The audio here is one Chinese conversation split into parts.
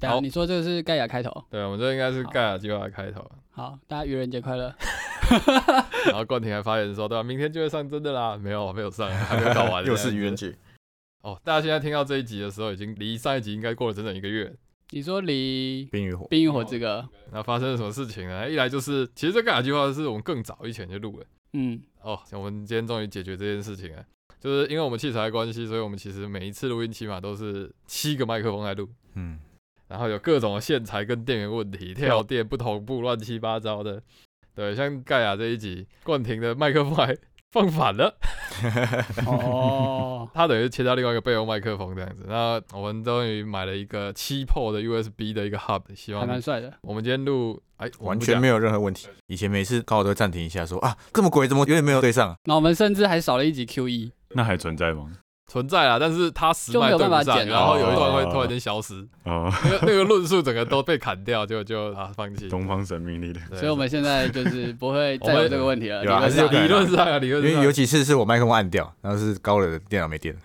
等一下好啊你说这个是盖亚开头，对，我们这应该是好盖亚计划的开头。 好，大家愚人节快乐。 然后冠廷还发言说，对吧、啊明天就会上真的啦，没有没有上，还没有搞 完，又是愚人节。节，哦，大家现在听到这一集的时候，已经离上一集应该过了整整一个月。你说离《冰与火，冰与火之歌》，那发生了什么事情呢？一来就是，其实这盖亚计划是我们更早以前就录了。嗯，哦，我们今天终于解决这件事情了，就是因为我们器材的关系，所以我们其实每一次录音起码都是七个麦克风在录， 嗯，然后有各种的线材跟电源问题、跳电不同步、乱七八糟的。对，像盖亚这一集，冠廷的麦克风还放反了，哦，他等于切到另外一个备用麦克风这样子。那我们终于买了一个七 p 的 USB 的一个 hub，希还望蛮帅的。我们今天录，哎，我们完不全讲没有任何问题。以前每次刚好都会暂停一下，说啊，这么鬼，怎么有点没有对上啊？那我们甚至还少了一集 Q E，那还存在吗？存在啦，但是他实就没麦有对不办法上，剪了啊然后有一段会哦突然间消失，哦，那个那个论述整个都被砍掉，就就啊放弃。东方神秘力量，对所以我们现在就是不会再有这个问题了。有啊理论还是有上可能 理论上啊，理因论为上有。几次是我麦克风按掉，然后是高了的电脑没电了，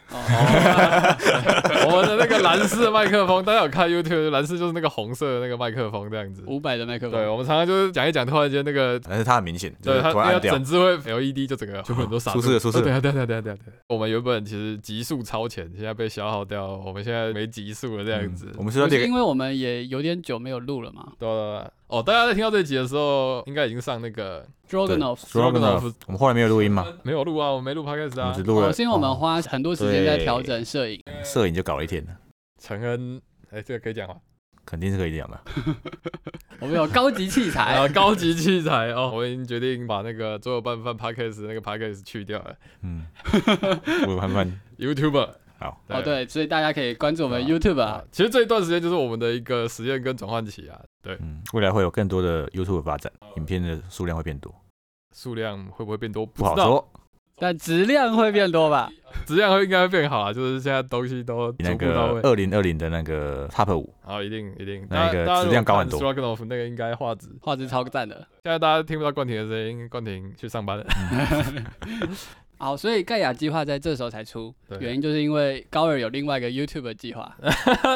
哦我们的那个蓝色麦克风，大家有看 YouTube，蓝色就是那个红色的那个麦克风这样子。五百的麦克对，风，我们常常就是讲一讲，突然间那个，但是它很明显，就对是它突然那个按掉整，只会 LED 就整 个很多傻出事了出事了对啊对啊对啊对啊对啊。对啊我们原本其实极速超前，现在被消耗掉，我们现在没极速了这样子嗯。我们是要不列是个因为我们也有点久没有录了嘛。对对对哦，大家在听到这集的时候，应该已经上那个 Drogonoff， Dragon Dragonov Off 我们后来没有录音嘛，没有录啊，我没录 podcast 啊我们只啊。录哦，了是因为我们花很多时间在调整摄影。哦摄影就搞了一天了，陈恩，哎，这个可以讲吗？肯定是可以讲的。我们有高级器哎材，啊，高级器材哦，我已经决定把那个桌游拌饭 podcast 那个 podcast 去掉了。嗯， 我慢慢 YouTuber 好哦，对，所以大家可以关注我们对 YouTube 啊啊，，其实这一段时间就是我们的一个实验跟转换期啊。对，嗯，未来会有更多的 YouTube 发展，影片的数量会变多，数量会不会变多？不不好知道，说。但质量会变多吧？质量会应该会变好啊，就是现在东西都那逐步到个位。二零二零的那个 Top 五，好，一定一定，那个质量高很 s 多 t r u g g l e f 那个应该画质，画质超赞的。现在大家听不到冠廷的声音，冠廷去上班了。 好，所以盖亚计划在这时候才出，对原因就是因为高尔有另外一个 YouTube 的计划，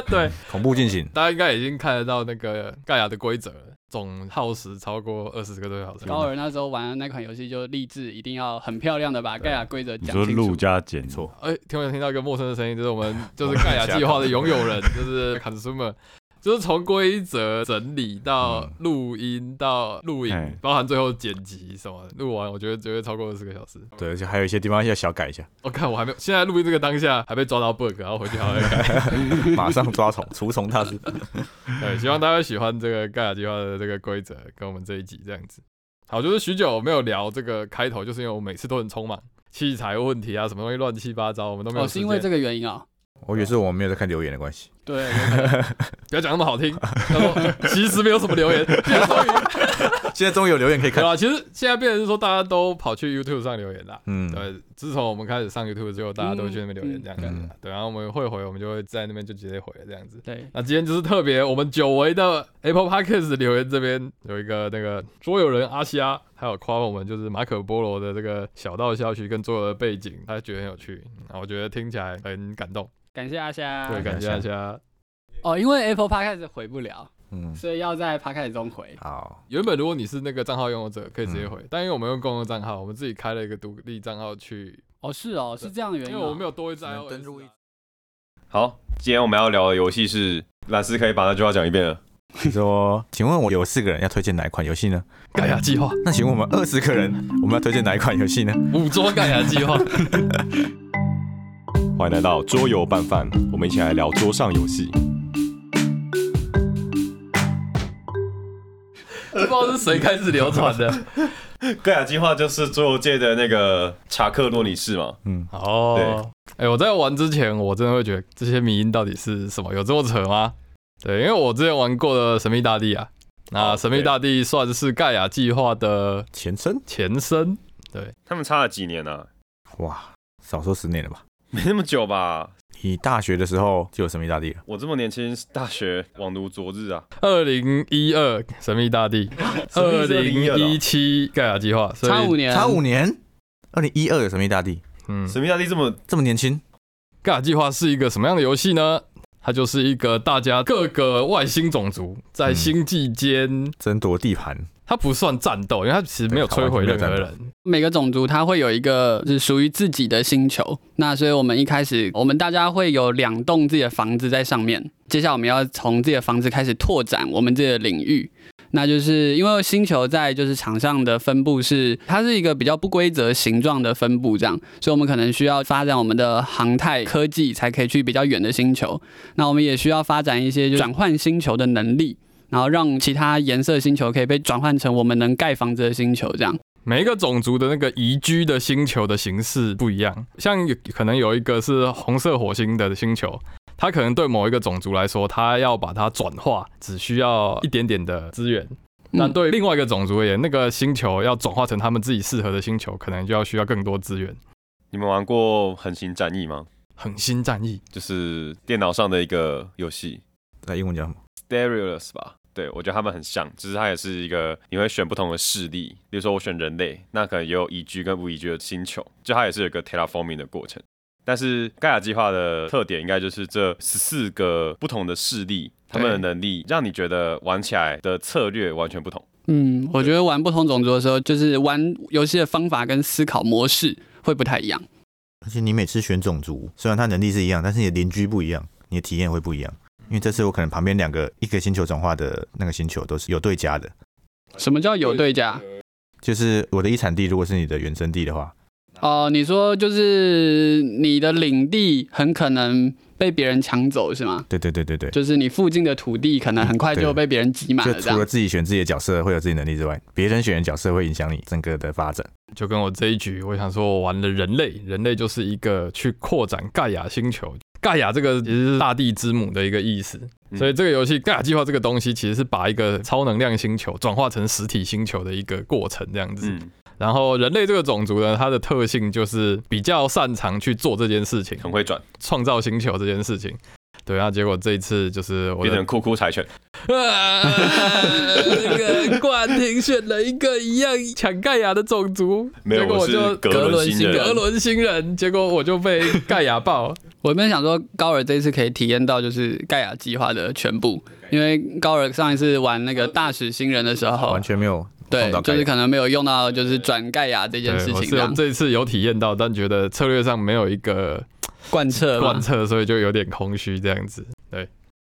对，恐怖进行，大家应该已经看得到那个盖亚的规则了，总耗时超过二十个多小时。高尔那时候玩的那款游戏就立志一定要很漂亮的把盖亚规则你讲说清陆楚。加减没错，哎、听没有听到一个陌生的声音？就是我们就是盖亚计划的拥有 人，就是 consumer，就是从规则整理到嗯录音到录影哎，包含最后剪辑什么的，录完我觉得绝对超过二十个小时。对，而且还有一些地方要小改一下， 我、看哦我还没有，现在录音这个当下还被抓到 bug，然后回去好好改。 马上抓虫，除虫大师。对，希望大家喜欢这个盖亚计划的这个规则跟我们这一集这样子。好，就是许久没有聊这个开头，就是因为我每次都很匆忙，器材问题啊，什么东西乱七八糟，我们都没有哦，时是间。因为这个原因啊、 我以为是我们没有在看留言的关系，对，有可能不要讲那么 好听，他说其实没有什么留言，现在终于 现在终于有留言可以对 看。啊，其实现在变成是说大家都跑去 YouTube 上留言啦。嗯，对，自从我们开始上 YouTube 之后，大家都会去那边留言嗯这样子啊。对，然后我们会回，我们就会在那边就直接回这样子。对，那今天就是特别，我们久违的 Apple Podcast 的留言这边有一个那个桌游人阿虾，还有夸我们就是马可波罗的这个小道消息跟桌游的背景，他觉得很有趣，啊，我觉得听起来很感动。感谢阿虾。对，感谢啊感阿啊谢虾。哦，因为 Apple Podcast 回不了，嗯，所以要在 Podcast 中回。好，原本如果你是那个账号拥有者，可以直接嗯回，但因为我们用共用账号，我们自己开了一个独立账号去哦，是哦，是这样的原因、因为哦。我没有多一只只能 iOS 登入一啊好，今天我们要聊的游戏是，老师可以把那句话讲一遍了。你说，请问我有四个人要推荐哪一款游戏呢？盖亚计划， 那请问我们二十个人，我们要推荐哪一款游戏呢？捕捉盖亚计划。欢迎来到桌游拌饭，我们一起来聊桌上游戏。不知道是谁开始流传的。 盖亚计划就是桌游界的那个查克洛里士嘛，嗯，哦，哎、我在玩之前，我真的会觉得这些迷音到底是什么？有这么扯吗？对，因为我之前玩过的《神秘大地》啊，那《哦神秘大地》算是盖亚计划的前身，前身。他们差了几年啊？哇，少说十年了吧？ 没那么久吧？你大学的时候就有神秘大帝了，我这么年轻，大学宛如昨日啊！二零一二《神秘大地》，二零一一，七盖亚计划，所差五以年，差五年，二零一二有神秘大帝，嗯，神秘大帝这么这么年轻，盖亚计划是一个什么样的游戏呢？它就是一个大家各个外星种族在星际间，争夺地盘，它不算战斗，因为它其实没有摧毁任对它何完全没有战人。每个种族它会有一个是属于自己的星球，那所以我们一开始我们大家会有两栋自己的房子在上面，接下来我们要从自己的房子开始拓展我们自己的领域。那就是因为星球在就是场上的分布是它是一个比较不规则形状的分布，这样，所以我们可能需要发展我们的航太科技才可以去比较远的星球。那我们也需要发展一些就是转换星球的能力，然后让其他颜色星球可以被转换成我们能盖房子的星球这样。每一个种族的那个宜居的星球的形式不一样，像有可能有一个是红色火星的星球，它可能对某一个种族来说，它要把它转化，只需要一点点的资源。那嗯对另外一个种族而言，那个星球要转化成他们自己适合的星球，可能就要需要更多资源。你们玩过《恒星战役》吗？恒星战役，就是电脑上的一个游戏那英文叫什么？ ，Stereolus 吧。对，我觉得他们很像，就是它也是一个你会选不同的势力，比如说我选人类，那可能也有宜居跟不宜居的星球，就它也是有一个 terraforming 的过程。但是盖亚计划的特点应该就是这十四个不同的势力，他们的能力让你觉得玩起来的策略完全不同。嗯，我觉得玩不同种族的时候，就是玩游戏的方法跟思考模式会不太一样。而且你每次选种族，虽然他能力是一样，但是你的邻居不一样，你的体验会不一样。因为这次我可能旁边两个一个星球转化的那个星球都是有对家的，什么叫有对家？就是我的一产地如果是你的原生地的话，哦、你说就是你的领地很可能被别人抢走是吗？对对对对对，就是你附近的土地可能很快就对被别人挤满就了这除了样。自己选自己的角色会有自己能力之外，别人选的角色会影响你整个的发展。就跟我这一局，我想说我玩了人类，人类就是一个去扩展盖亚星球。盖亚这个其实是大地之母的一个意思，嗯所以这个游戏盖亚计划这个东西其实是把一个超能量星球转化成实体星球的一个过程这样子。嗯，然后人类这个种族呢，它的特性就是比较擅长去做这件事情，很会转，创造星球这件事情。对，那结果这一次就是我变的成酷酷柴犬。啊，那个冠廷选了一个一样抢盖亚的种族，没有结果我是就格伦星人格伦星人，结果我就被盖亚爆。我本来想说高尔这一次可以体验到就是盖亚计划的全部，因为高尔上一次玩那个大使新人的时候完，全没有哦对碰到，就盖是亚，可能没有用到就是转盖亚这件事对，我情是这有样这一次有体验到，但觉得策略上没有一个贯彻嘛贯彻，所以就有点空虚这样子。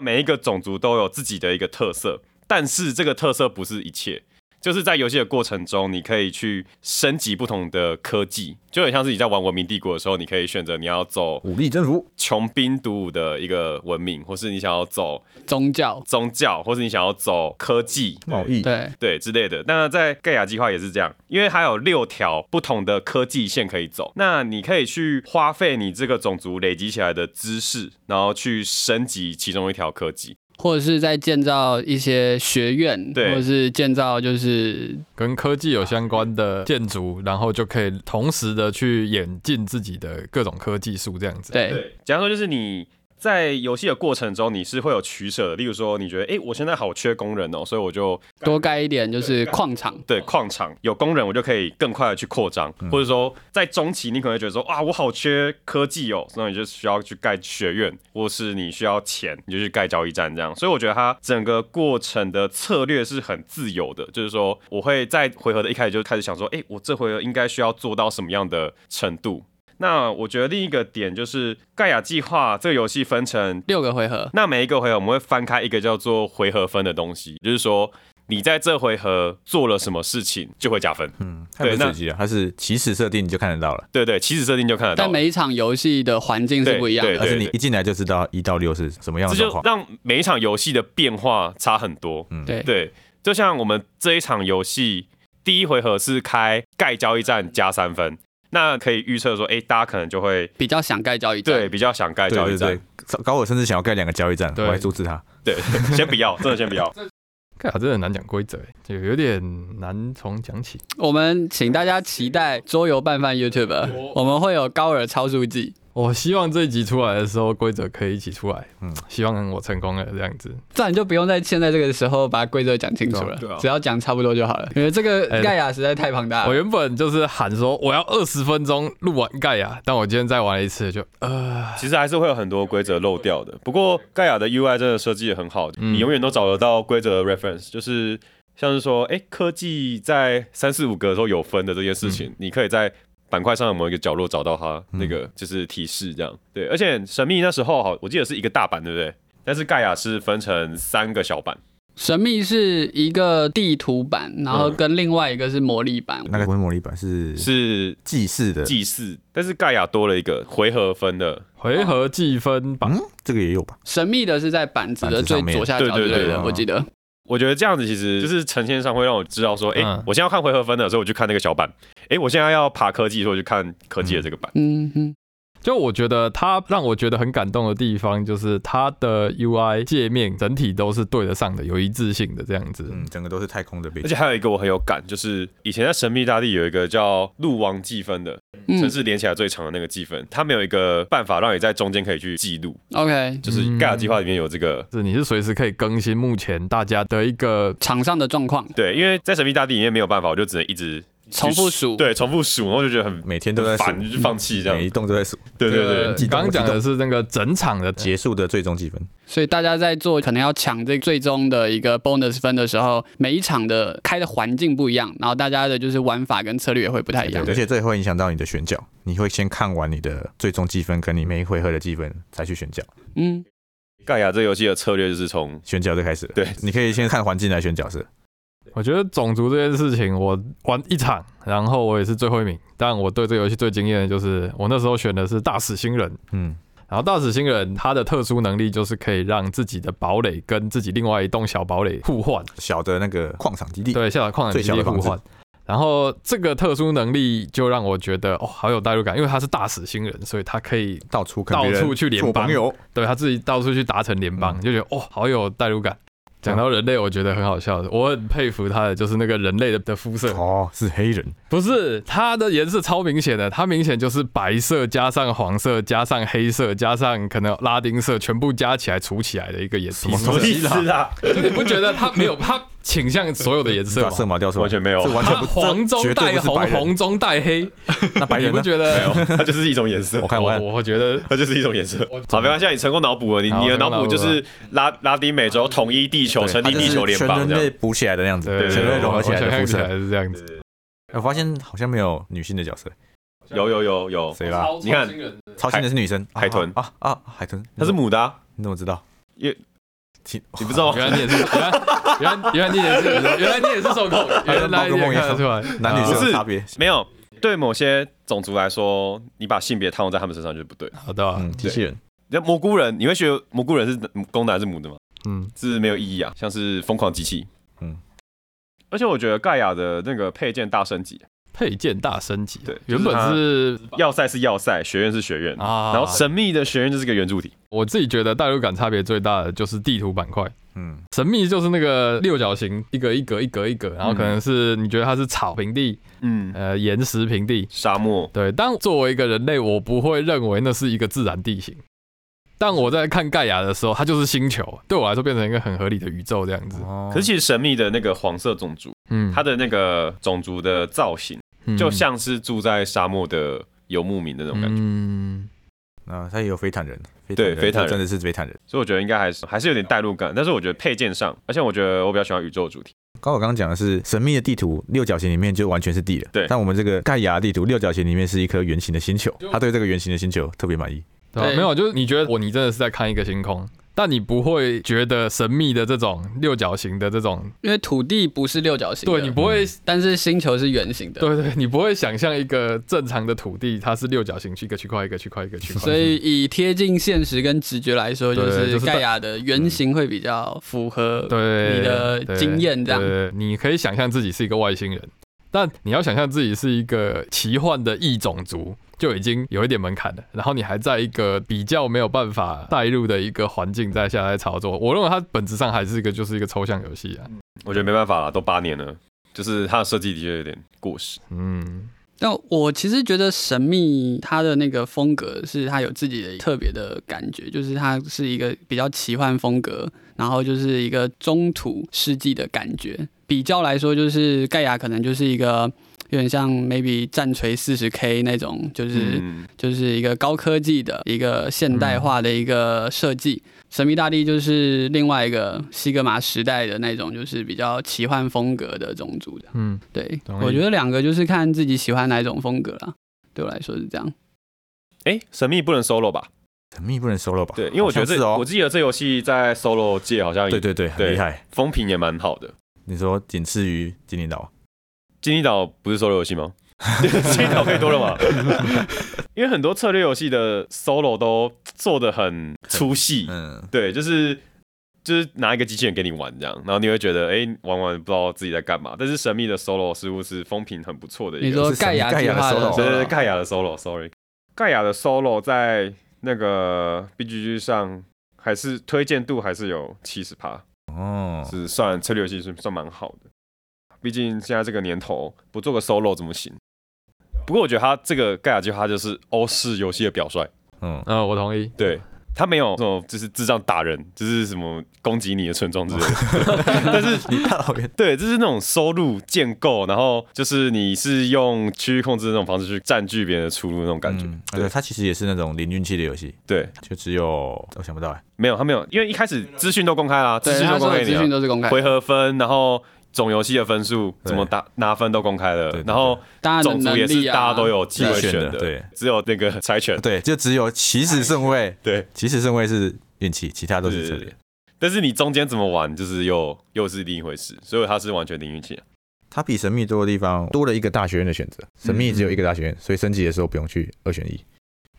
每一个种族都有自己的一个特色，但是这个特色不是一切。就是在游戏的过程中，你可以去升级不同的科技，就很像是你在玩《文明帝国》的时候，你可以选择你要走武力征服，穷兵黩武的一个文明，或是你想要走宗教，宗教，或是你想要走科技、贸易，对，对之类的。那在盖亚计划也是这样，因为它有六条不同的科技线可以走，那你可以去花费你这个种族累积起来的知识，然后去升级其中一条科技。或者是在建造一些学院，对或者是建造就是跟科技有相关的建筑，然后就可以同时的去演进自己的各种科技术，这样子。对，对，假如说就是你在游戏的过程中，你是会有取舍的。例如说，你觉得哎、诶我现在好缺工人哦、所以我就多盖一点就是矿场，对矿场有工人，我就可以更快的去扩张，或者说在中期，你可能会觉得说啊，我好缺科技哦、所以你就需要去盖学院，或是你需要钱，你就去盖交易站这样。所以我觉得它整个过程的策略是很自由的，就是说我会在回合的一开始就开始想说，哎、我这回合应该需要做到什么样的程度。那我觉得另一个点就是盖亚计划这个游戏分成六个回合，那每一个回合我们会翻开一个叫做回合分的东西，就是说你在这回合做了什么事情就会加分。嗯，它不是对随那机啊，它是起始设定你就看得到了，对对，起始设定就看得到但了。每一场游戏的环境是不一样对的。但是你一进来就知道一到六是什么样这的状就况，嗯让每一场游戏的变化差很多。对对，就像我们这一场游戏第一回合是开盖交易站加三分，那可以预测说，哎，大家可能就会比较想盖交易对站，比较想盖对交对易站对。，高我甚至想要盖两个交易站，对我还阻止他，对，先不要，真的先不要。盖亚真的啊很难讲规则，欸就有点难从讲起。我们请大家期待桌游拌饭 YouTube，我们会有高尔超速记，我希望这一集出来的时候，规则可以一起出来。嗯嗯，希望我成功了这样子。这样你就不用在现在这个时候把规则讲清楚了，对啊对啊只要讲差不多就好了。因为这个哎盖亚实在太庞大我了。原本就是喊说我要二十分钟录完盖亚，但我今天再玩一次就呃，其实还是会有很多规则漏掉的。不过盖亚的 UI 真的设计的很好，嗯你永远都找得到规则的 reference，就是像是说，哎、科技在三四五格的时候有分的这件事情，你可以在板块上的某一个角落找到它嗯那个就是提示这样。对，而且神秘那时候好，我记得是一个大版，对不对？但是盖亚是分成三个小版，神秘是一个地图版，然后跟另外一个是魔力版。嗯那个温魔力版是是祭祀的，祭祀，但是盖亚多了一个回合分的，回合计分榜。嗯，这个也有吧？神秘的是在板子的板子最上面左下角之对对嗯类对的，对我记得。我觉得这样子其实就是嗯呈现上会让我知道说，哎、嗯我现在要看回合分的，所以我去看那个小版。哎、我现在要爬科技，所以我去看科技的这个版。嗯哼，就我觉得它让我觉得很感动的地方，就是它的 UI 界面整体都是对得上的，有一致性的这样子。嗯，整个都是太空的背而景且。还有一个我很有感，就是以前在神秘大地有一个叫鹿王计分的，甚嗯至连起来最长的那个计分，它没有一个办法让你在中间可以去记录， ，OK，就是嗯盖亚计划里面有这个。是，你是随时可以更新目前大家的一个场上的状况对，因为在神秘大地里面没有办法，我就只能一直重复数。，对重复数，然后就觉得很每天都在数烦，就放弃这每一样。栋都在数对对对，你呃刚刚讲的是那个整场的结，结束的最终积分，所以大家在做可能要抢这最终的一个 bonus 分的时候，每一场的开的环境不一样，然后大家的就是玩法跟策略也会不太一样。而且这也会影响到你的选角。你会先看完你的最终积分跟你每一回合的积分，才去选角。嗯，盖亚这游戏的策略就是从选角就开始了。对你可以先看环境来选角色。我觉得种族这件事情，我玩一场，然后我也是最后一名，但我对这个游戏最惊艳的就是我那时候选的是大使星人，嗯，然后大使星人他的特殊能力就是可以让自己的堡垒跟自己另外一栋小堡垒互换，小的那个矿场基地。对，下载矿产最基小地的互房子换。然后这个特殊能力就让我觉得哦，好有代入感，因为他是大使星人，所以他可以到处跟别人到处去联做邦朋友，对他自己到处去达成联邦，嗯就觉得哦，好有代入感。讲到人类，我觉得很好笑的，我很佩服他的就是那个人类的的肤色，哦，是黑人，不是它的颜色超明显的，它明显就是白色加上黄色加上黑色加上可能拉丁色，全部加起来除起来的一个颜色。么东西是啊，就你不觉得它没有它倾向所有的颜色把吗？色盲掉出来，完全没有这完全它不黄中带红，红，中带黑，这绝对不是白人那白你人不呢？觉得？哦它就是一种颜色我。看我我看，我会觉得它就是一种颜色。好，没关系，啊你成功脑补了，你好你的成功脑脑补补就是拉拉丁美洲统一地球，对成它立就是地球联邦全这人类样。补起来的那样子，对，全人类对融合起来我的想肤起色来。是这样子。我发现好像没有女性的角色，有有有有，谁啦？你看超新的是女生，啊海豚啊啊，啊海豚，它是母的啊，你怎么知道？因为其你不知道吗？原来你也是，原来原来原来你也是，原来你也是受控，原来你也看得出来男女不生是有差别，没有，对某些种族来说，你把性别套用在他们身上就是不对。好的啊，嗯，机器人，那蘑菇人，你会觉得蘑菇人是公的还是母的吗？嗯，是没有意义啊，像是疯狂机器。嗯嗯，而且我觉得盖亚的那个配件大升级，配件大升级，啊对原本是要塞是要塞，学院是学院，啊，然后神秘的学院就是个圆柱体。我自己觉得代入感差别最大的就是地图板块，嗯，神秘就是那个六角形，一格一格一格一格，然后可能是你觉得它是草坪地，嗯，呃，岩石平地，沙漠对。但作为一个人类，我不会认为那是一个自然地形。但我在看盖亚的时候，它就是星球，对我来说变成一个很合理的宇宙这样子。哦可是其实神秘的那个黄色种族，嗯，它的那个种族的造型，嗯就像是住在沙漠的游牧民的那那种感觉，嗯，啊，他也有飞坦人，对飞坦人真的是飞坦人。所以我觉得应该还是还是有点代入感。但是我觉得配件上，而且我觉得我比较喜欢宇宙主题，刚我刚刚讲的是神秘的地图，六角形里面就完全是地了。对但我们这个盖亚地图，六角形里面是一颗圆形的星球，他对这个圆形的星球特别满意。嗯对吧对没有，就是你觉得我你真的是在看一个星空，但你不会觉得神秘的这种六角形的这种，因为土地不是六角形的，对你不会但是星球是圆形的，对 对，你不会想象一个正常的土地，它是六角形，一个区块一个区块一个区块。所以以贴近现实跟直觉来说，就对是就是嗯盖亚的原型会比较符合。对呃你的对经验这样对对对你可以想象自己是一个外星人，但你要想象自己是一个奇幻的异种族，就已经有一点门槛了。然后你还在一个比较没有办法带入的一个环境在下来操作，我认为它本质上还是一个就是一个抽象游戏啊。我觉得没办法啦，都八年了，就是它的设计的确有点过时。嗯，但我其实觉得神秘它的那个风格是它有自己的特别的感觉，就是它是一个比较奇幻风格，然后就是一个中土世纪的感觉。比较来说，就是盖亚可能就是一个有点像 maybe 战锤四十 K 那种，就是、嗯，就是一个高科技的一个现代化的一个设计。神秘大帝就是另外一个西格玛时代的那种，就是比较奇幻风格的种族的。 嗯，对，同意我觉得两个就是看自己喜欢哪一种风格啦。对我来说是这样。哎，神秘不能 solo 吧？神秘不能 solo 吧？对，因为我觉好得像是这，哦我记得这游戏在 solo 界好像对对对，很对厉害。风评也蛮好的。你说仅次于精灵岛，金鸡岛不是 solo 游戏吗？ 金鸡岛可以多了嘛？嗯因为很多策略游戏的 solo 都做的很粗细，嗯，对，就是就是拿一个机器人给你玩这样，然后你会觉得哎、诶玩完不知道自己在干嘛。但是神秘的 solo 似乎是风评很不错的一个，你说是神盖亚盖计亚的划 solo 对对对， solo 盖亚的 solo，sorry，盖亚的 solo 在那个 BGG 上还是推荐度还是有七十趴，哦，是算策略游戏是算蛮好的。毕竟现在这个年头，不做个 solo 怎么行？不过我觉得他这个盖亚计划就是欧式游戏的表率，嗯，啊，我同意。对他没有那种就是智障打人，就是什么攻击你的村庄之类 的，但是你大老远，对，就是那种收入建构，然后就是你是用区域控制的那种方式去占据别人的出路那种感觉。嗯对对，它其实也是那种零运气的游戏，对，就只有我想不到哎，没有他没有，因为一开始资讯都公开啦，资对，讯他都所公有的开给你资讯啊，都是公开的，回合分，然后总游戏的分数对怎么打拿分都公开了对对，对然后大家的种族能也是力啊，大家都有机会自己选选的的，对，哎只有那个猜拳，对，就只有起始顺位，对，起始顺位是运气，其他都是策略。但是你中间怎么玩，就是又又是另一回事，所以它是完全零运气的。它比神秘多的地方多了一个大学院的选择，神秘只有一个大学院，所以升级的时候不用去二选一。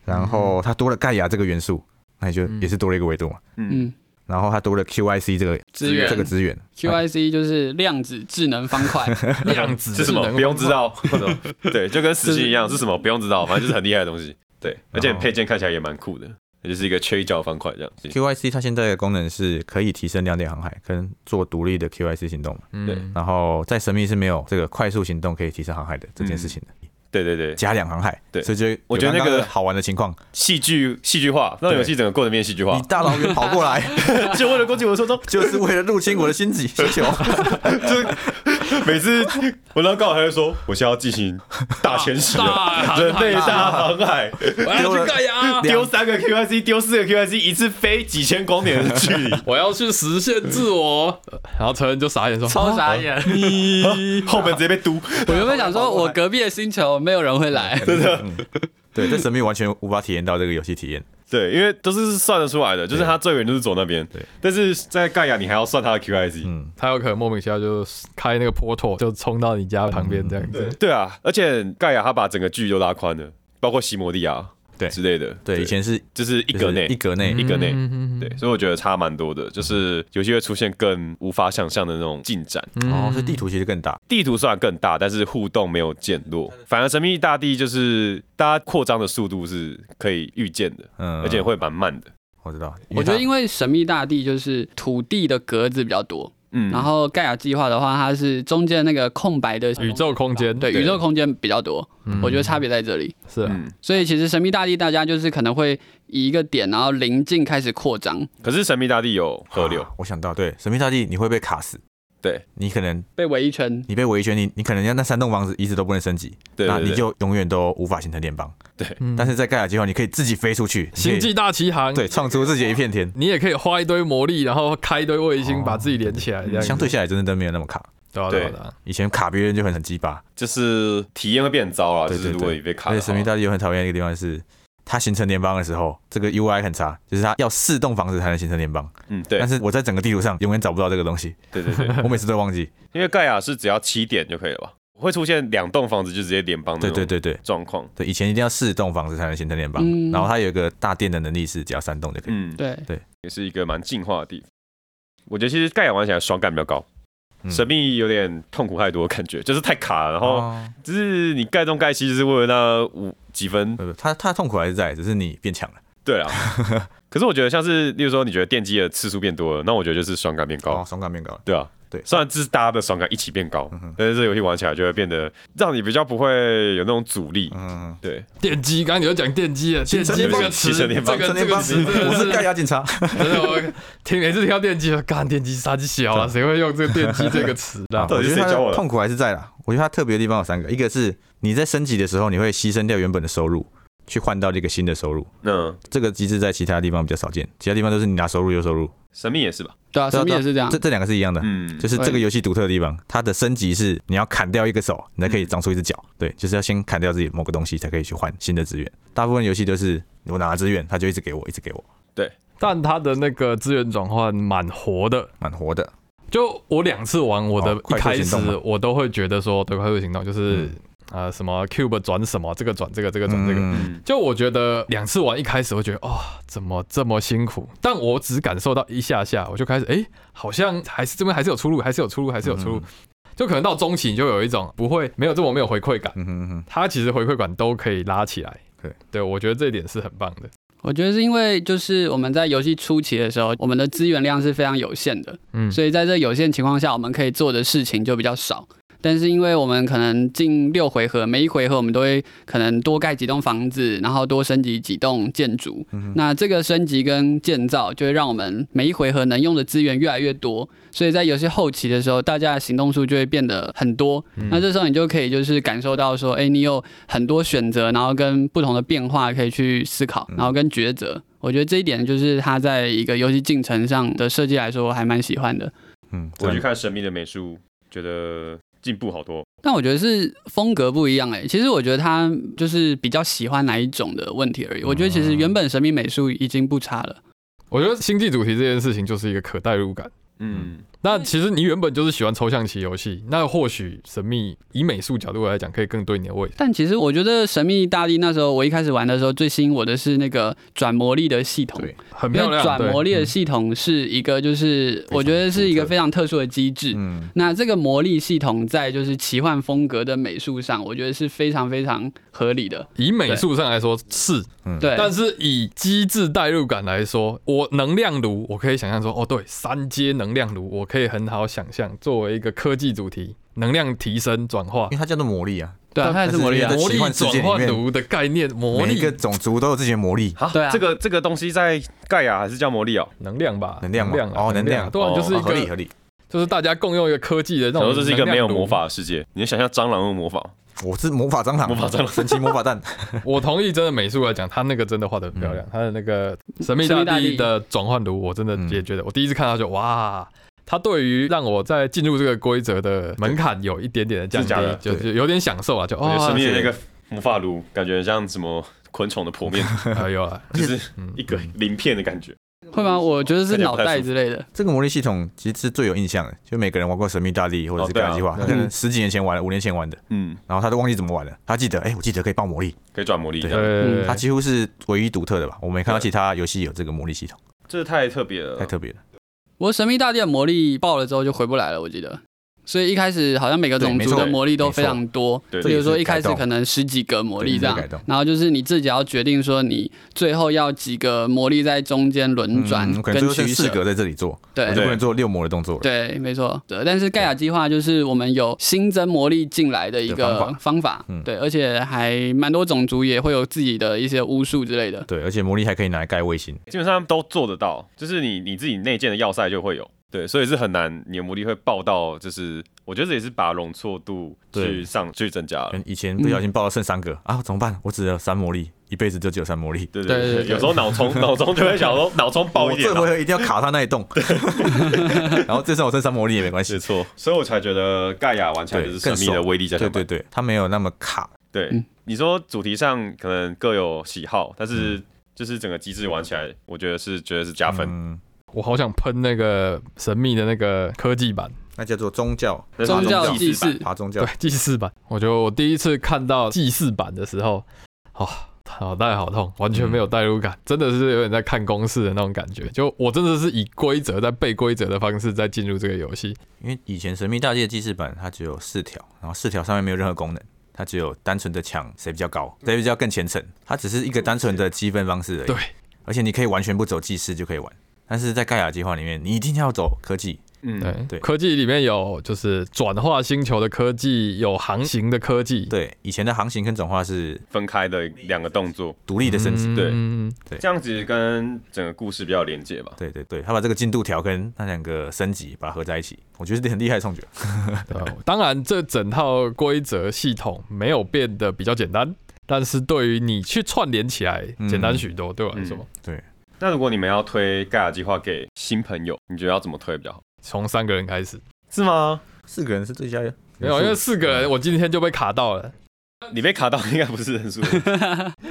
然后它多了盖亚这个元素，那你就嗯也是多了一个维度嘛。嗯，嗯，然后它多了 QIC 这个资源这个资源， QIC 就是量子智能方 块，量子是什么不 用知， 道，对，就跟实习一样，是什哦么不用知道，反正就是很厉害的东西。对，而且配件看起来也蛮酷的，也就是一个缺一角方块这样。 QIC 它现在的功能是可以提升两点航海跟做独立的 QIC 行动嘛，对嗯，然后在神秘是没有这个快速行动可以提升航海的这件事情的，对对嗯对，加两航海，对所以就有我觉得那个刚刚好玩的情况，戏剧戏剧化，让游戏整个过程变戏剧化你，大老远跑过 来就为了攻击我的村 庄，就是为了入侵我的星际星球，每次文章刚好还会说，我现在要进行大迁徙 了，大准备大航海，我要去盖亚，丢三个 QIC，丢四个 QIC，一次飞几千光年的距 离，我要去实现自我。 然后成人就傻眼说：“超傻眼。 后门直接被嘟。 我原本想说，我隔壁的星球没有人会来，对，在神秘完全无法体验到这个游戏体验，对，因为都是算得出来的，就是他最远就是走那边对，但是在盖亚你还要算他的 QIC，嗯，他有可能莫名其妙就开那个 portal 就冲到你家旁边这样子。 对啊，而且盖亚他把整个剧都拉宽了，包括西摩利亚对之类的，对，以前是就是一格内一。格内一格内嗯对，所以我觉得差蛮多的，就是有些会出现更无法想象的那种进展。哦，所以地图其实更大，地图虽然更大，但是互动没有减弱，反而神秘大地就是大家扩张的速度是可以预见的，嗯，而且会蛮慢的。我知道，我觉得因为因为神秘大地就是土地的格子比较多，嗯，然后盖亚计划的话，它是中间那个空白的宇宙空间，对宇宙空间比较多，嗯我觉得差别在这里。是啊嗯，所以其实神秘大地大家就是可能会以一个点，然后临近开始扩张，可是神秘大地有它河流，啊我想到，对，神秘大地你会被卡死，对你可能被围一圈。你被围一圈，你你可能要那三栋房子一直都不能升级，对那对你对就永远都无法形成联邦。嗯但是在盖亚计划，你可以自己飞出去，你可以星际大奇航，嗯对，创出自己的一片天。你也可以花一堆魔力，然后开一堆卫星把自己连起来，这样子哦相对下来，真的都没有那么卡。对啊对对啊对啊。以前卡别人就很很鸡巴，就是体验会变糟了，对就是对如果对，你被卡而的且话。神秘大帝有很讨厌的一个地方是，它形成联邦的时候，这个 UI 很差，就是它要四栋房子才能形成联邦。嗯，对但，是我在整个地图上永远找不到这个东 西，对对对，我每次都忘记。因为盖亚是只要七点就可以了吧？会出现两栋房子就直接联邦的对那对种对对状况。对，以前一定要四栋房子才能形成联邦，嗯然后它有一个大殿的能力是只要三栋就可以。嗯，对，也是一个蛮进化的地方。我觉得其实盖亚玩起来爽感比较高，嗯神秘有点痛苦太多的感觉， 就是太卡了。然后哦就是你盖东盖西，就是为了那五几分。不不，它它的痛苦还是在，只是你变强了。对 啊，可是我觉得像是，例如说你觉得电击的次数变多了，那我觉得就是爽感变高。哦，爽感变高了。对啊，对嗯虽然这是大家的爽感一起变高，但是这个游戏玩起来就会变得让你比较不会有那种阻力。嗯，对，电击，刚刚有讲电击了，电击这个词，新这个生联邦这个词，我是盖亚警察，真的，我听每次听到电击，干电击杀鸡小了，谁会用这个电击这个词的？到啊我底觉是谁得它教我的的痛苦还是在啦。我觉得它特别的地方有三个，一个是你在升级的时候，你会牺牲掉原本的收入，去换到这个新的收入。那这个机制在其他地方比较少见，其他地方都是你拿收入有收入，神秘也是吧？对啊，对啊神秘也是这样这。这两个是一样的。嗯，就是这个游戏独特的地方，它的升级是你要砍掉一个手，你才可以长出一只脚。嗯对，就是要先砍掉自己某个东西，才可以去换新的资源。大部分游戏都是我拿了资源，它就一直给我，一直给我，但它的那个资源转换蛮活的，蛮活的。就我两次玩我的哦一快速开始行动嘛，我都会觉得说，对快速行动就是啊、呃什么 Cube 转什么，这个转这个，这个转这个。嗯，嗯，就我觉得两次玩一开始，我觉得哇、怎么这么辛苦？但我只感受到一下下，我就开始哎、诶好像还是这边还是有出路，还是有出路，还是有出路。嗯就可能到中期，你就有一种不会没有这么没有回馈感。嗯哼嗯哼，它其实回馈感都可以拉起来。对，对我觉得这一点是很棒的。我觉得是因为就是我们在游戏初期的时候，我们的资源量是非常有限的，嗯，所以在这有限情况下，我们可以做的事情就比较少。但是因为我们可能近六回合，每一回合我们都会可能多盖几栋房子，然后多升级几栋建筑。那这个升级跟建造，就会让我们每一回合能用的资源越来越多。所以在有些后期的时候，大家的行动数就会变得很多。那这时候你就可以就是感受到说，哎、你有很多选择，然后跟不同的变化可以去思考，嗯然后跟抉择。我觉得这一点就是它在一个游戏进程上的设计来说，我还蛮喜欢的。嗯，我去看神秘的美术，觉得进步好多。但我觉得是风格不一样哎、其实我觉得他就是比较喜欢哪一种的问题而已。我觉得其实原本神秘美术已经不差了，我觉得星际主题这件事情就是一个可代入感。嗯，那其实你原本就是喜欢抽象棋游戏，那或许神秘以美术角度来讲，可以更对你的胃。但其实我觉得神秘大帝那时候我一开始玩的时候，最吸引我的是那个转魔力的系统。对很因漂为亮。转对嗯魔力的系统是一个，就是我觉得是一个非常特殊的机制。嗯，那这个魔力系统在就是奇幻风格的美术上，我觉得是非常非常合理的。以美术上来说是，对，但是以机制代入感来说，我能量炉我可以想象说，哦，对，三阶能量炉，我可以很好想象作为一个科技主题，能量提升转化 因为，它叫做魔力啊，对啊，它也是魔力啊但。是魔力在奇幻世界转里换面炉的概念，魔每一力个种族都有自己的魔力。好对啊这个这个东西在盖亚还是叫魔力哦？能量吧，能量吗啊哦能能量对啊，哦就是哦一合理合个，理，就是大家共用一个科技的那然种后，这是一个没有魔法。法的世界，你能想象蟑螂用魔法？我是魔法蟑螂，魔法蟑螂神奇魔法 弹，我同意，真的美术来讲，他那个真的画的很漂亮，嗯他的那个神秘神秘大大帝帝的转换炉，我真的也觉得，我第一次看到就哇。他对于让我在进入这个规则的门槛有一点点的降是假的低，就就有点享受啊，就我觉哦得，神秘的那个魔法炉，感觉像什么昆虫的 剖面，哎呦啊，就是 一个鳞片的感觉。会吗？我觉得是脑袋之类的。这个魔力系统其实是最有印象的，就每个人玩过《神秘大帝》或者是哦《对盖啊亚计划》，他可能十几年前玩的，五年前玩的，嗯，然后他都忘记怎么玩了，他记得，哎，我记得可以爆魔力，可以转魔力这对样，嗯对，它对几乎是唯一独特的吧，我没看到其他游戏有这个魔力系统，这太特别了太。特别了。不过神秘大帝的魔力爆了之后就回不来了，我记得。所以一开始好像每个种对没族错的魔力都非常多，对比如说一开始这也是改动可能十几个魔力这样对这是改动，然后就是你自己要决定说你最后要几个魔力在中间轮转嗯我可跟能最后取剩四舍。格在这里做，我对就不能做六魔的动作了。对，没错。对，但是盖亚计划就是我们有新增魔力进来的一的个方方法嗯，对，而且还蛮多种族也会有自己的一些巫术之类的。对，而且魔力还可以拿来盖卫星，基本上都做得到，就是你你自己内建的要塞就会有，对，所以是很难，你的魔力会爆到，就是我觉得这也是把容错度去对上去增加可了。能以前不小心爆到剩三个、啊，怎么办？我只有三魔力，一辈子就只有三魔力。对对对对对有时候脑充脑充就会想说脑充爆我一点这啊，回合一定要卡他那一栋， 然后这次我剩三魔力也没关系没。错，所以我才觉得盖亚玩起来对就是，神更秘爽的威力在对上对面。对，他没有那么卡。对嗯，你说主题上可能各有喜好，但是就是整个机制玩起来，我觉得是觉得是加分。嗯，我好想喷那个神秘的那个科技版，那叫做宗教，但是它宗教是祭版祀，爬宗教对，祭祀版。我觉得我第一次看到祭祀版的时候，哦，脑袋好痛，完全没有代入感，真的是有点在看公式的那种感觉。就我真的是以规则在背规则的方式在进入这个游戏，因为以前《神秘大帝》的记事本它只有四条，然后四条上面没有任何功能，它只有单纯的抢谁比较高，谁比较更虔诚，它只是一个单纯的积分方式而已。嗯对，而且你可以完全不走祭祀就可以玩，但是在盖亚计划里面，你一定要走科技，嗯，对对科技里面有就是转化星球的科技，有航行的科技，对，以前的航行跟转化是分开的两个动作，独立的升级。嗯，对这样子跟整个故事比较有连接吧。对对对，他把这个进度条跟那两个升级把它合在一起，我觉得是很厉害的创举。对啊当然，这整套规则系统没有变得比较简单，但是对于你去串联起来嗯简单许多，对我来说。嗯对，那如果你们要推盖亚计划给新朋友，你觉得要怎么推比较好？从三个人开始，是吗？四个人是最佳的，没有，因为四个嗯人我今天就被卡到了，你被卡到应该不是人数，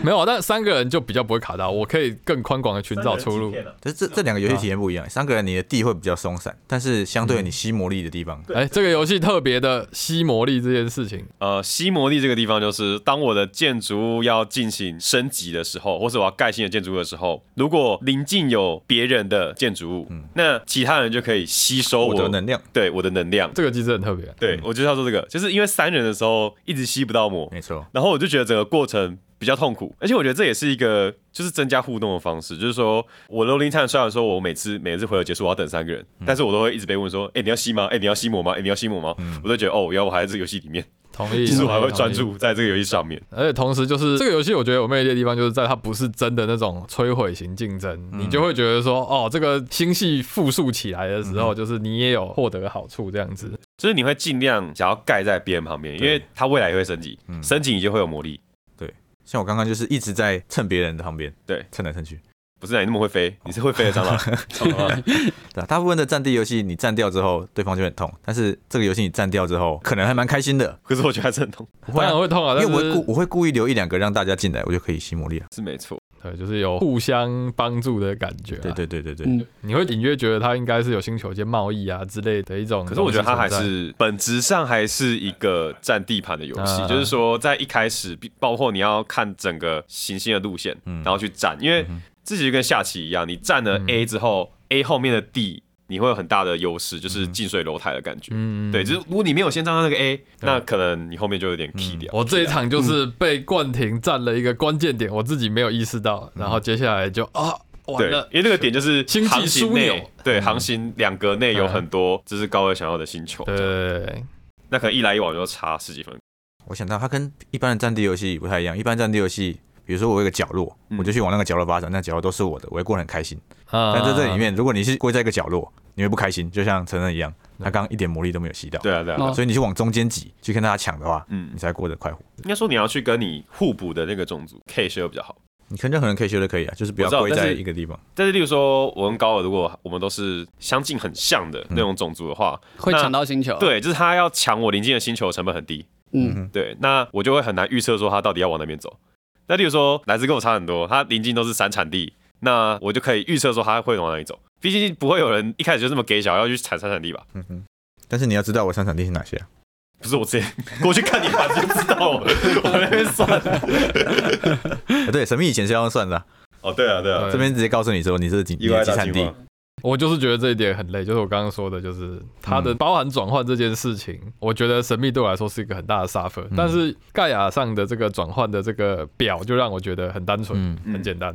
没有，啊但三个人就比较不会卡到，我可以更宽广的寻找出 路。可是这这两个游戏体验不一样，三个人你的地会比较松散，但是相对你吸魔力的地方，哎，这个游戏特别的吸魔力这件事情，呃，吸魔力这个地方就是，当我的建筑物要进行升级的时候，或者我要盖新的建筑物的时候，如果临近有别人的建筑物，那其他人就可以吸收嗯我我的能嗯量。对我的能量。这个机制很特别。对我就是要说这个，就是因为三人的时候一直吸不到魔，没错，然后我就觉得整个过程比较痛苦，而且我觉得这也是一个就是增加互动的方式，就是说我 rolling time 虽然说我每次每次回合结束我要等三个人，嗯但是我都会一直被问说，哎、你要吸吗？哎、你要吸魔吗？哎、你要吸魔吗？嗯我都觉得哦，原来我还在这个游戏里面，同意。其实我还会同意专注在这个游戏上面。而且同时就是这个游戏，我觉得有魅力的地方就是在它不是真的那种摧毁型竞争，嗯你就会觉得说，哦，这个星系复述起来的嗯时候，就是你也有获得好处这样子。就是你会尽量想要盖在别人旁边，因为他未来也会升级，嗯升级你就会有魔力。像我刚刚就是一直在蹭别人的旁边，对，蹭来蹭去，不是啊你那么会飞，你是会飞的蟑螂，蟑螂对啊，大部分的占地游戏你占掉之后，对方就很痛，但是这个游戏你占掉之后，可能还蛮开心的，可是我觉得还是很痛，不当啊然会痛啊，因为但我会是故我会故意留一两个让大家进来，我就可以吸魔力了。是没错。对，就是有互相帮助的感觉、啊对，对对对对，嗯你会隐约觉得它应该是有星球间贸易啊之类的一种。可是我觉得它还。是本质上还是一个占地盘的游戏，啊就是说在一开始，包括你要看整个行星的路线，嗯然后去占，因为自己就跟下棋一样，你占了 A 之后、a 后面的地你会有很大的优势，就是近水楼台的感觉。嗯，对，就是如果你没有先占到那个 A，那可能你后面就有点 key 掉。我这一场就是被冠廷占了一个关键点，我自己没有意识到，然后接下来就啊完对了，，因为那个点就是星际航行枢纽嗯内，对，航行两格内有很多就是高尔想要的星球，对对对，那可能一来一往就差十几分。我想到它跟一般的占地游戏不太一样，一般占地游戏。比如说我有一个角落，嗯我就去往那个角落发展，那角落都是我的，我会过得很开心。啊但在这里面，如果你是跪在一个角落，你会不开心，就像陈恩一样，他刚刚一点魔力都没有吸到。对啊，对啊，哦所以你去往中间挤，去跟大家抢的话，嗯你，才过得快活。应该说你要去跟你互补的那个种族 K 修比较好。你跟任何人可以修都可以啊，就是不我要知道跪但在是一个地方。但是，例如说我跟高尔，如果我们都是相近很像的那种种族的话，嗯会那抢到星球。，啊对，就是他要抢我邻近的星球的成本很低，嗯，对，那我就会很难预测说他到底要往哪边走。那例如说莱斯跟我差很多，他邻近都是山产地，那我就可以预测说他会往哪里走。毕竟不会有人一开始就这么给小要去铲山产地吧？嗯哼。但是你要知道我擅长地是哪些、 啊。不是我直接过去看你盘就知道了，我在那边算。啊对，神秘以前是要用算的啊、哦，对啊，对啊，对这边直接告诉你说你这是几你的集产地。我就是觉得这一点很累，就是我刚刚说的，就是它的包含转换这件事情，我觉得神秘对我来说是一个很大的 suffer，、但是盖亚上的这个转换的这个表就让我觉得很单纯、嗯，嗯很简单。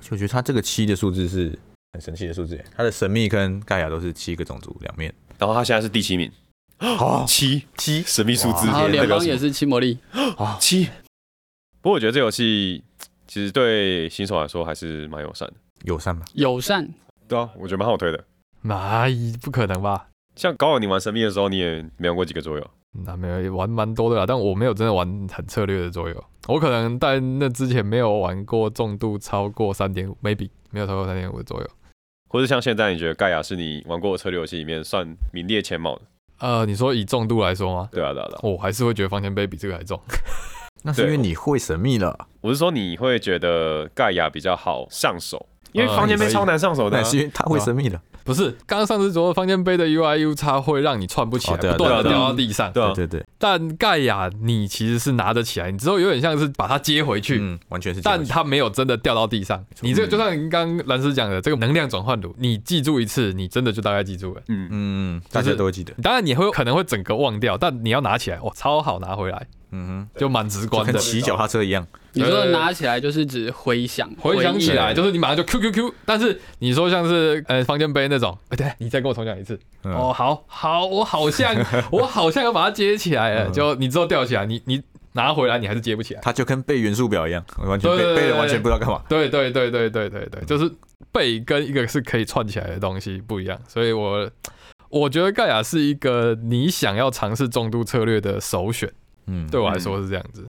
就我觉得它这个七的数字是很神奇的数字耶，它的神秘跟盖亚都是七个种族两面。然后他现在是第七名，哦，七七神秘数字，然后代联表邦什么也是七魔力，七。不过我觉得这游戏其实对新手来说还是蛮友善的。友善吗？友善，对啊，我觉得蛮好推的。蚂蚁不可能吧？像高尔你玩神秘的时候，你也没玩过几个桌游，那嗯啊没有玩蛮多的啦，但我没有真的玩很策略的桌游，我可能在那之前没有玩过重度超过三点五，maybe 没有超过三点五的桌游。或者像现在你觉得盖亚是你玩过的策略游戏里面算名列前茅的？呃，你说以重度来说吗？对啊，对啊，对啊。我还是会觉得方前碑比这个还重。那是因为你会神秘了，我是说你会觉得盖亚比较好上手，因为呃房间杯可以超难上手那的 啊、也是因为他会神秘了。不是，刚刚上次说方尖碑的 UI U 叉会让你串不起来，哦对啊不断的对啊掉到地上。对啊，对对对，但盖亚你其实是拿得起来，你之后有点像是把它接回去，嗯，完全是这样但子。它没有真的掉到地上。你这个就像刚刚蓝斯讲的，这个能量转换炉，你记住一次，你真的就大概记住了。嗯，嗯，大家都会记得。当然你会可能会整个忘掉，但你要拿起来，哇，哦超好拿回来，嗯就蛮直哼，就观跟的。骑脚踏车一样。你说的对拿起来就是指回想，啊回想起来，就就是你马上就 Q Q Q，但是你说像是呃方尖碑那那种，哎、对，你再跟我重讲一次。嗯哦，好好，我好 像我好像要把它接起来了，嗯就你之后吊起来，你你拿回来，你还是接不起来。它就跟背元素表一样，完全对对背对背对了完全不知道干嘛。对对对对对对对，嗯就是背跟一个是可以串起来的东西不一样，所以我我觉得盖亚是一个你想要尝试重度策略的首选，嗯，对我来说是这样子。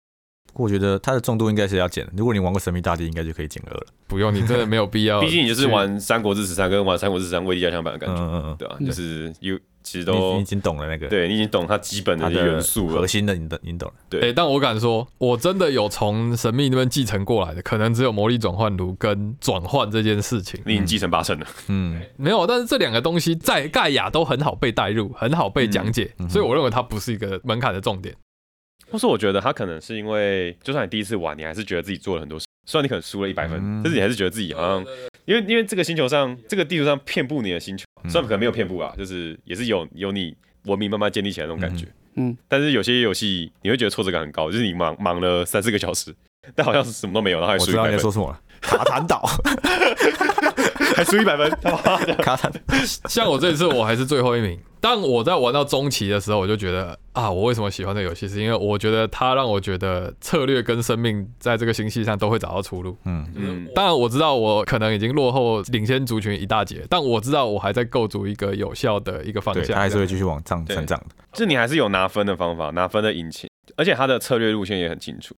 不过我觉得它的重度应该是要减，如果你玩过神秘大帝，应该就可以减二了。不用，你真的没有必呃要。 毕竟你就是玩《三国志十三》跟玩《三国志十三》未地加强版的嗯感觉，嗯嗯对啊，嗯就是有其实嗯，你你已都经懂了那个对你已经懂它基本它的的元素核了，心的，你的你懂了。哎、但我敢说，我真的有从神秘那边继承过来的，可能只有魔力转换炉跟转换这件事情你已经继承八成了。嗯，没有。但是这两个东西在盖亚都很好被带入，很好被讲解，嗯嗯哼所以我认为它不是一个门槛的重点。或是我觉得他可能是因为，就算你第一次玩，你还是觉得自己做了很多事，虽然你可能输了一百分，嗯但是你还是觉得自己好像，因为因为这个星球上，这个地图上遍布你的星球，嗯虽然可能没有遍布啊，就是也是有有你文明慢慢建立起来的那种感觉。嗯嗯但是有些游戏你会觉得挫折感很高，就是你忙忙了三四个小时， 但好像是什么都没有，然后还我输知一道百你在分，说什么了。卡坦岛， 还输一百分， 他妈的！卡坦，像我这次我还是最后一名，但我在玩到中期的时候，我就觉得啊，我为什么喜欢这个游戏，是因为我觉得它让我觉得策略跟生命在这个星系上都会找到出路。嗯嗯，当然我知道我可能已经落后领先族群一大截，但我知道我还在构筑一个有效的一个方对，向。它还是会继续往上对成长的。就你还是有拿分的方法，拿分的引擎，而且他的策略路线也很清楚。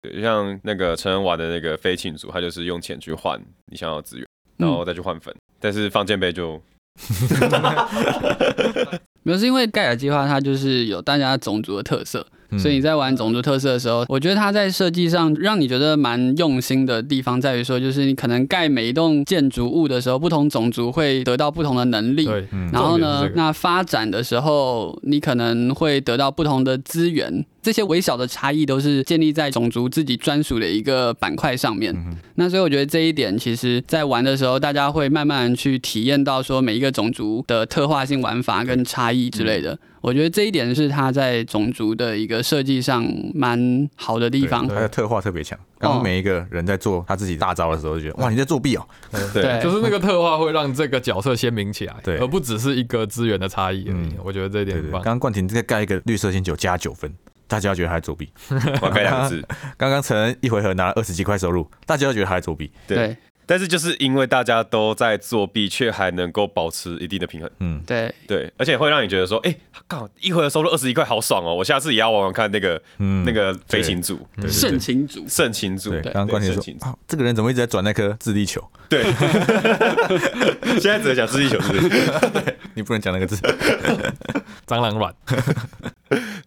对，就像那个陈恩玩的那个飞庆组，他就是用钱去换你想要的资源，嗯然后再去换分。但是放箭杯就，没有，是因为盖亚计划它就是有大家种族的特色，嗯所以你在玩种族特色的时候，我觉得它在设计上让你觉得蛮用心的地方在于说，就是你可能盖每一栋建筑物的时候，不同种族会得到不同的能力。对，嗯然后重点是呢这，个那发展的时候，你可能会得到不同的资源，这些微小的差异都是建立在种族自己专属的一个板块上面。嗯哼那所以我觉得这一点，其实在玩的时候，大家会慢慢去体验到说每一个种族的特化性玩法跟差异之类的。我觉得这一点是它在种族的一个设计上蛮好的地对方它。的特化特别强。刚刚每一个人在做他自己大招的时候，就觉得哇，你在作弊哦。对 对就是那个特化会让这个角色鲜明起来，对而不只是一个资源的差异而已嗯。我觉得这一点很对对，刚棒。刚冠廷再盖一个绿色星球加九分，大家觉得他在作弊。我盖两个字。刚刚陈恩一回合拿了二十几块收入，大家都觉得他在作弊。对，但是就是因为大家都在作弊，却还能够保持一定的平衡。嗯，对对，而且会让你觉得说，哎、靠，一回合收入二十一块，好爽哦！我下次也要玩玩看那个、嗯那个飞行组、对，盛情组盛情组。对，刚刚冠廷盛说情组啊，这个人怎么一直在转那颗智力球？对， 现在只能讲自己球是不是？你不能讲那个字。蟑螂 卵，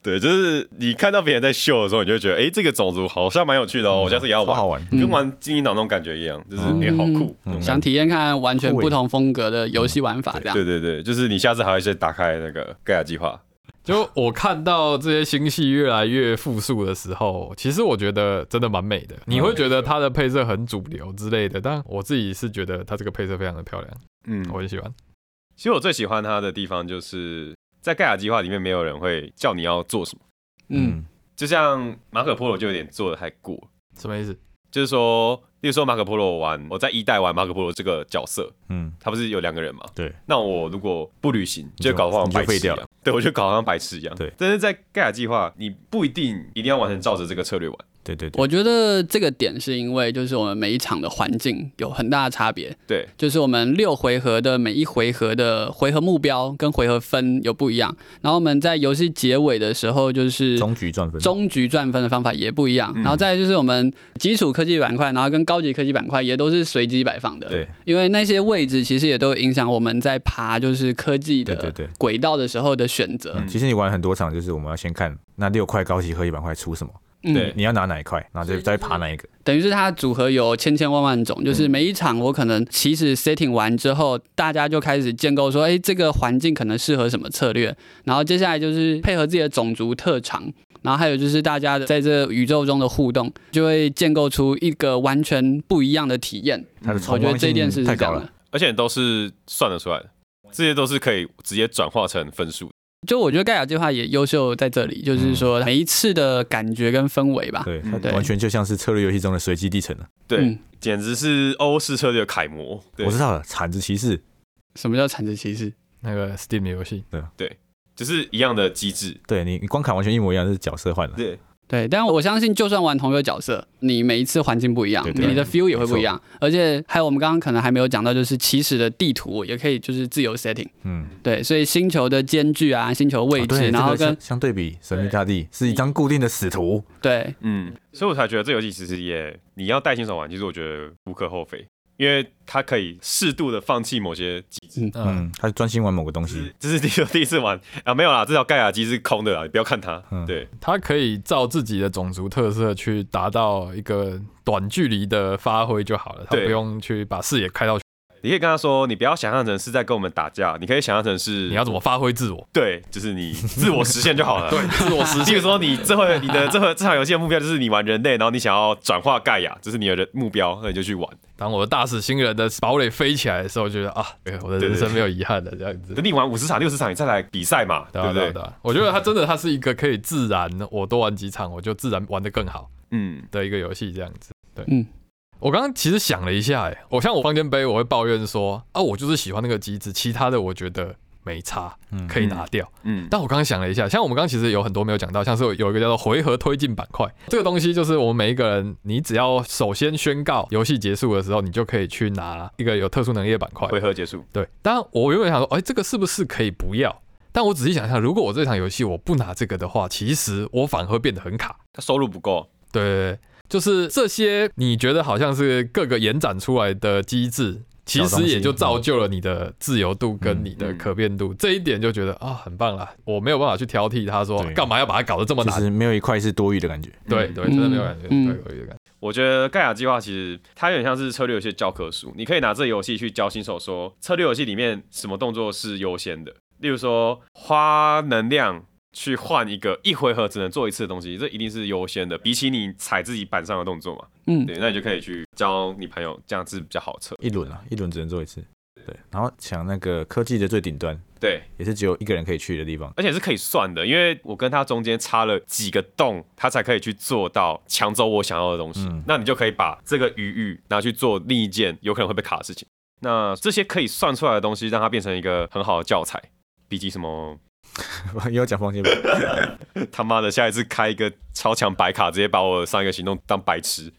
对，就是你看到别人在秀的时候，你就会觉得，哎、这个种族好像蛮有趣的哦，我下次也要嗯超玩，好玩跟玩精英党那种感觉一样，就是嗯也、好酷。那种想感觉体验看完全不同风格的游戏玩法，这样对对对，就是你下次还会再打开那个盖亚计划，就我看到这些星系越来越复述的时候，其实我觉得真的蛮美嗯的。你会觉得它的配色很主流之类的，但我自己是觉得它这个配色非常的漂亮，嗯，我很喜欢。其实我最喜欢它的地方就是在盖亚计划里面，没有人会叫你要做什么，嗯，就像马可波罗就有点做的太过了，什么意思？就是说，例如说马可波罗玩，我在一代玩马可波罗这个角色，嗯，他不是有两个人嘛？对。那我如果不旅行，你就就搞得好像白你就痴废一掉样。对，我就搞得好像白痴一样。对。但是在盖亚计划，你不一定一定要完全照着这个策略玩。对对对，我觉得这个点是因为就是我们每一场的环境有很大的差别，对，就是我们六回合的每一回合的回合目标跟回合分有不一样，然后我们在游戏结尾的时候就是中局赚分。嗯终局赚分的方法也不一样，然后再来就是我们基础科技板块，然后跟高级科技板块也都是随机摆放的。对，因为那些位置其实也都影响我们在爬就是科技对的对对轨道的时候的选择。嗯其实你玩很多场，就是我们要先看那六块高级合一板块出什么，嗯对你要拿哪一块，然后再再爬哪一个。等于是它组合有千千万万种，嗯就是每一场我可能起始 setting 完之后，大家就开始建构说，哎，这个环境可能适合什么策略，然后接下来就是配合自己的种族特长。然后还有就是大家的在这宇宙中的互动，就会建构出一个完全不一样的体验。它的我重觉得光这一件性事太是这高样的。。了嗯而且都是算得出来的，这些都是可以直接转化成分数。就我觉得盖亚计划也优秀在这里，就是嗯说每一次的感觉跟氛围吧。对，嗯它啊对完全就像是策略游戏中的随机地层了。对，嗯简直是欧式策略的楷模。对我知，道了，铲子骑士什么叫产值歧视？那个 Steam 游戏，就是一样的机制。对你，你光卡完全一模一样，就是角色换了。对，对，但我相信，就算玩同一个角色，你每一次环境不一样对，对你的 feel 也会不一样。而且还有我们刚刚可能还没有讲到，就是起始的地图也可以就是自由 setting。嗯，对，所以星球的间距啊，星球位哦置，对，然后这个跟相相对比《神秘大地》是一张固定的死图，对嗯，所以我才觉得这游戏其实也你要带新手玩，其实我觉得无可厚非，因为它可以适度的放弃某些机制。嗯，嗯，他专心玩某个东西，这是第一第一次玩 啊，没有啦，这条盖亚机是空的啦，你不要看它。嗯对，它可以照自己的种族特色去达到一个短距离的发挥就好了，它对不用去把视野开到你可以跟他说，你不要想象成是在跟我们打架，你可以想象成是你要怎么发挥自我，对，就是你自我实现 就好了。对，自我实 例现如。说，你这回你的这回这场游戏的目标就是你玩人类，然后你想要转化盖亚，这是你的人目标，那你就去玩。当我的大使星人的堡垒飞起来的时候，我觉得啊，对我的人生没有遗憾了，这样子。等你玩五十场、六十场，你再来比赛嘛，对啊不对啊对？对啊，我觉得它真的它是一个可以自然，我多玩几场我就自然玩的更好嗯，的一个游戏，这样子。对，嗯，我刚刚其实想了一下，哎，我像我方尖碑，我会抱怨说啊，我就是喜欢那个机制，其他的我觉得没差，嗯，可以拿掉。嗯，但我刚刚想了一下，像我们刚刚其实有很多没有讲到，像是有一个叫做回合推进板块，这个东西就是我们每一个人，你只要首先宣告游戏结束的时候，你就可以去拿一个有特殊能力的板块。回合结束，对，当然我原本想说，哎、这个是不是可以不要？但我仔细想一下，如果我这场游戏我不拿这个的话，其实我反而会变得很卡。他收入不够，对对对，就是这些你觉得好像是各个延展出来的机制，其实也就造就了你的自由度跟你的可变度，这一点就觉得啊很棒啦，我没有办法去挑剔他说对干嘛要把它搞得这么就难，是没有一块是多余的感觉。对对，真的没有感觉，嗯对有一个感觉，我觉得盖亚计划其实它有点像是策略游戏的教科书，你可以拿这游戏去教新手说，策略游戏里面什么动作是优先的，例如说花能量。去换一个一回合只能做一次的东西，这一定是优先的，比起你踩自己板上的动作嘛。嗯，对，那你就可以去教你朋友，这样是比较好测。一轮啊，一轮只能做一次。对，然后抢那个科技的最顶端，对，也是只有一个人可以去的地方。 而且是可以算的，因为我跟他中间插了几个洞，他才可以去做到抢走我想要的东西。嗯那你就可以把这个余裕拿去做另一件有可能会被卡的事情。那这些可以算出来的东西，让它变成一个很好的教材。比起什么 也有讲风险吧？他妈的，下一次开一个超强白卡，直接把我上一个行动当白痴。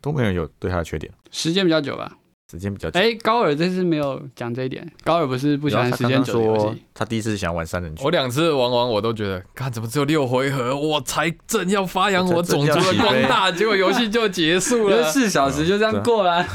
都没有有对他的缺点，时间比较久吧。时间比较久。哎，高尔这次没有讲这一点，高尔不是不喜欢然后时他刚间刚久的游说戏。他第一次想玩三人局我，两次玩完我都觉得，看怎么只有六回合，我才正要发扬我种族的光大，结果游戏就结束我觉得了，四小时就这样过了啊，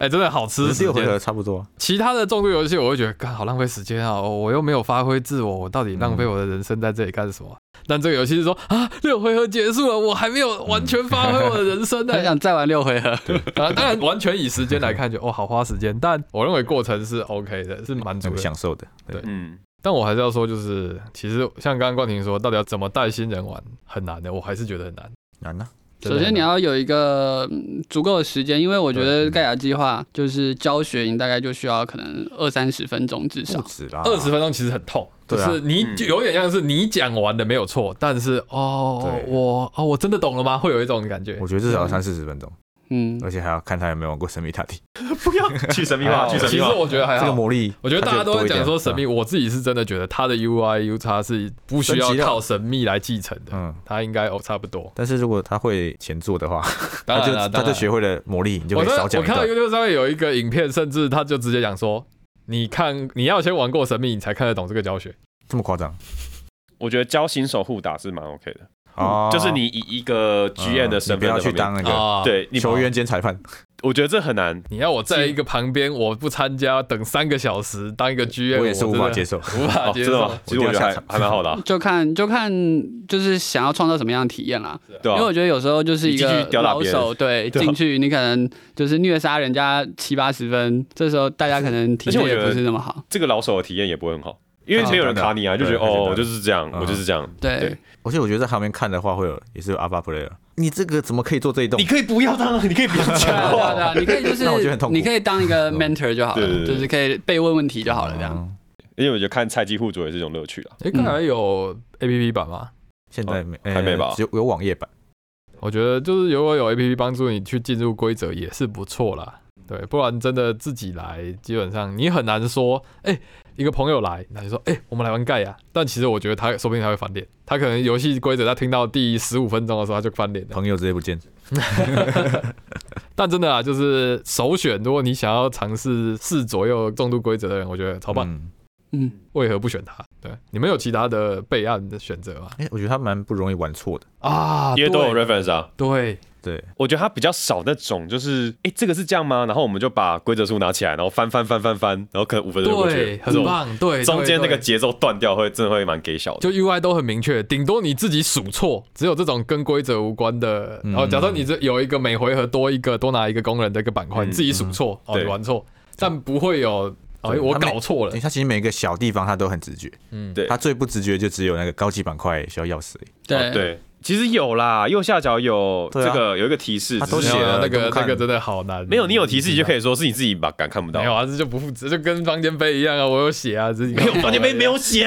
哎，真的好吃时六回间合。差不多。其他的重度游戏，我会觉得，干好浪费时间啊！哦我又没有发挥自我，我到底浪费我的人生在这里干什么？但这个游戏是说啊，六回合结束了，我还没有完全发挥我的人生呢、很想再玩六回合。啊，哎 当然，完全以时间来看就，哦，好花时间，但我认为过程是 OK 的，是满足那个的。享受的，对，嗯，但我还是要说，就是其实像刚刚冠廷说，到底要怎么带新人玩，很难的，我还是觉得很难。难啊呢。真的首很先你难要有一个嗯足够的时间，因为我觉嗯得盖亚计划就是教学，你大概就需要可能二三十分钟至不少。止啦，啊二十分钟其实很痛，就对啊是你嗯就有点像是你讲完的没有错，但是哦，对我哦我真的懂了吗？会有一种感觉我。觉得至少要三四十分钟，嗯，而且还要看他有没有玩过神秘塔地，嗯不要去神秘 化，去神哦其秘实化。我觉得还这个好。魔力，我觉得大家都会讲说它就神多一秘，点，嗯啊我自己是真的觉得它的 UI U 叉是不需要升级了靠神秘来继承的，嗯。嗯它应该哦差不多。但是如果他会前作的话，当然他就了，他当就然学会了魔力，你就我可以那少讲我一看到段。 YouTube 上面有一个影片，甚至他就直接讲说，你看你要先玩过神秘，你才看得懂这个教学。这么夸张？我觉得教新手互打是蛮 OK 的，嗯哦，就是你以一个嗯 GM 的你身份不要在旁去边当那个啊，，对你球员兼裁 判，我觉得这很难，你要我在一个旁边，我不参加，等三个小时当一个 GM，我也是无法接受，受。无法哦，接真的受。吗？其实我觉得还还蛮好的啊、就看就看就是想要创造什么样的体验啦。对因为我啊，觉得有时候就是一你进个去吊打老别人手，对，对啊进去你可能就是虐杀人家七八十分，这时候大家可能体而且力我也觉得不是那么好，这个老手的体验也不会很好，因为没有人卡你啊，就觉得对哦，对我就是这样，嗯我就是这样。对对，而且我觉得在旁边看的话，会有也是有 alpha player，你这个怎么可以做这一动你？ 可以不要当，你可以不要 对啊对啊讲对话。啊，你可以就 是那我觉得很痛苦你可以当一个 mentor 就好对了，对对哦就是可以被问问题就好了，这样。嗯因为我觉得看菜鸡互啄也是一种乐趣啦。哎，刚才有 APP 版吗？现在没哦还没吧呃只有有网页版。我觉得就是如果有 APP 帮助你去进入规则也是不错啦。对，不然真的自己来，基本上你很难说，哎、一个朋友来，那你说，哎、我们来玩盖亚，但其实我觉得他说不定他会翻脸，他可能游戏规则他听到第十五分钟的时候他就翻脸了。朋友直接不见。但真的啊，就是首选，如果你想要尝试四左右重度规则的人，我觉得超棒。嗯，嗯，为何不选他？对，你们有其他的备案的选择吗？哎、我觉得他蛮不容易玩错的。啊，因为都有对 reference 啊。对，对，我觉得它比较少那种，就是哎、诶这个是这样吗？然后我们就把规则书拿起来，然后翻翻翻翻翻，然后可能五分钟就过去对，了，这很种棒，对，中间那个对节奏断掉会真的会蛮给小的。就 UI 都很明确，顶多你自己数错，只有这种跟规则无关的。然后假设你这有一个每回合多一个多拿一个工人的一个板块，嗯你自己数错，哦，对你玩错，但不会有哎对我他每搞错因了为，他其实每个小地方他都很直觉，嗯，对他最不直觉就只有那个高级板块需要钥匙而已，对哦，对，其实有啦，右下角有对这啊个、有一个提示，它都只没是写有了那都个不看那个真的好难，没有你有提示，你就可以说是你自己把感看不到没。有啊，这就不负责，这跟房间杯一样啊，我有写啊，自己没有，房间杯没有 写。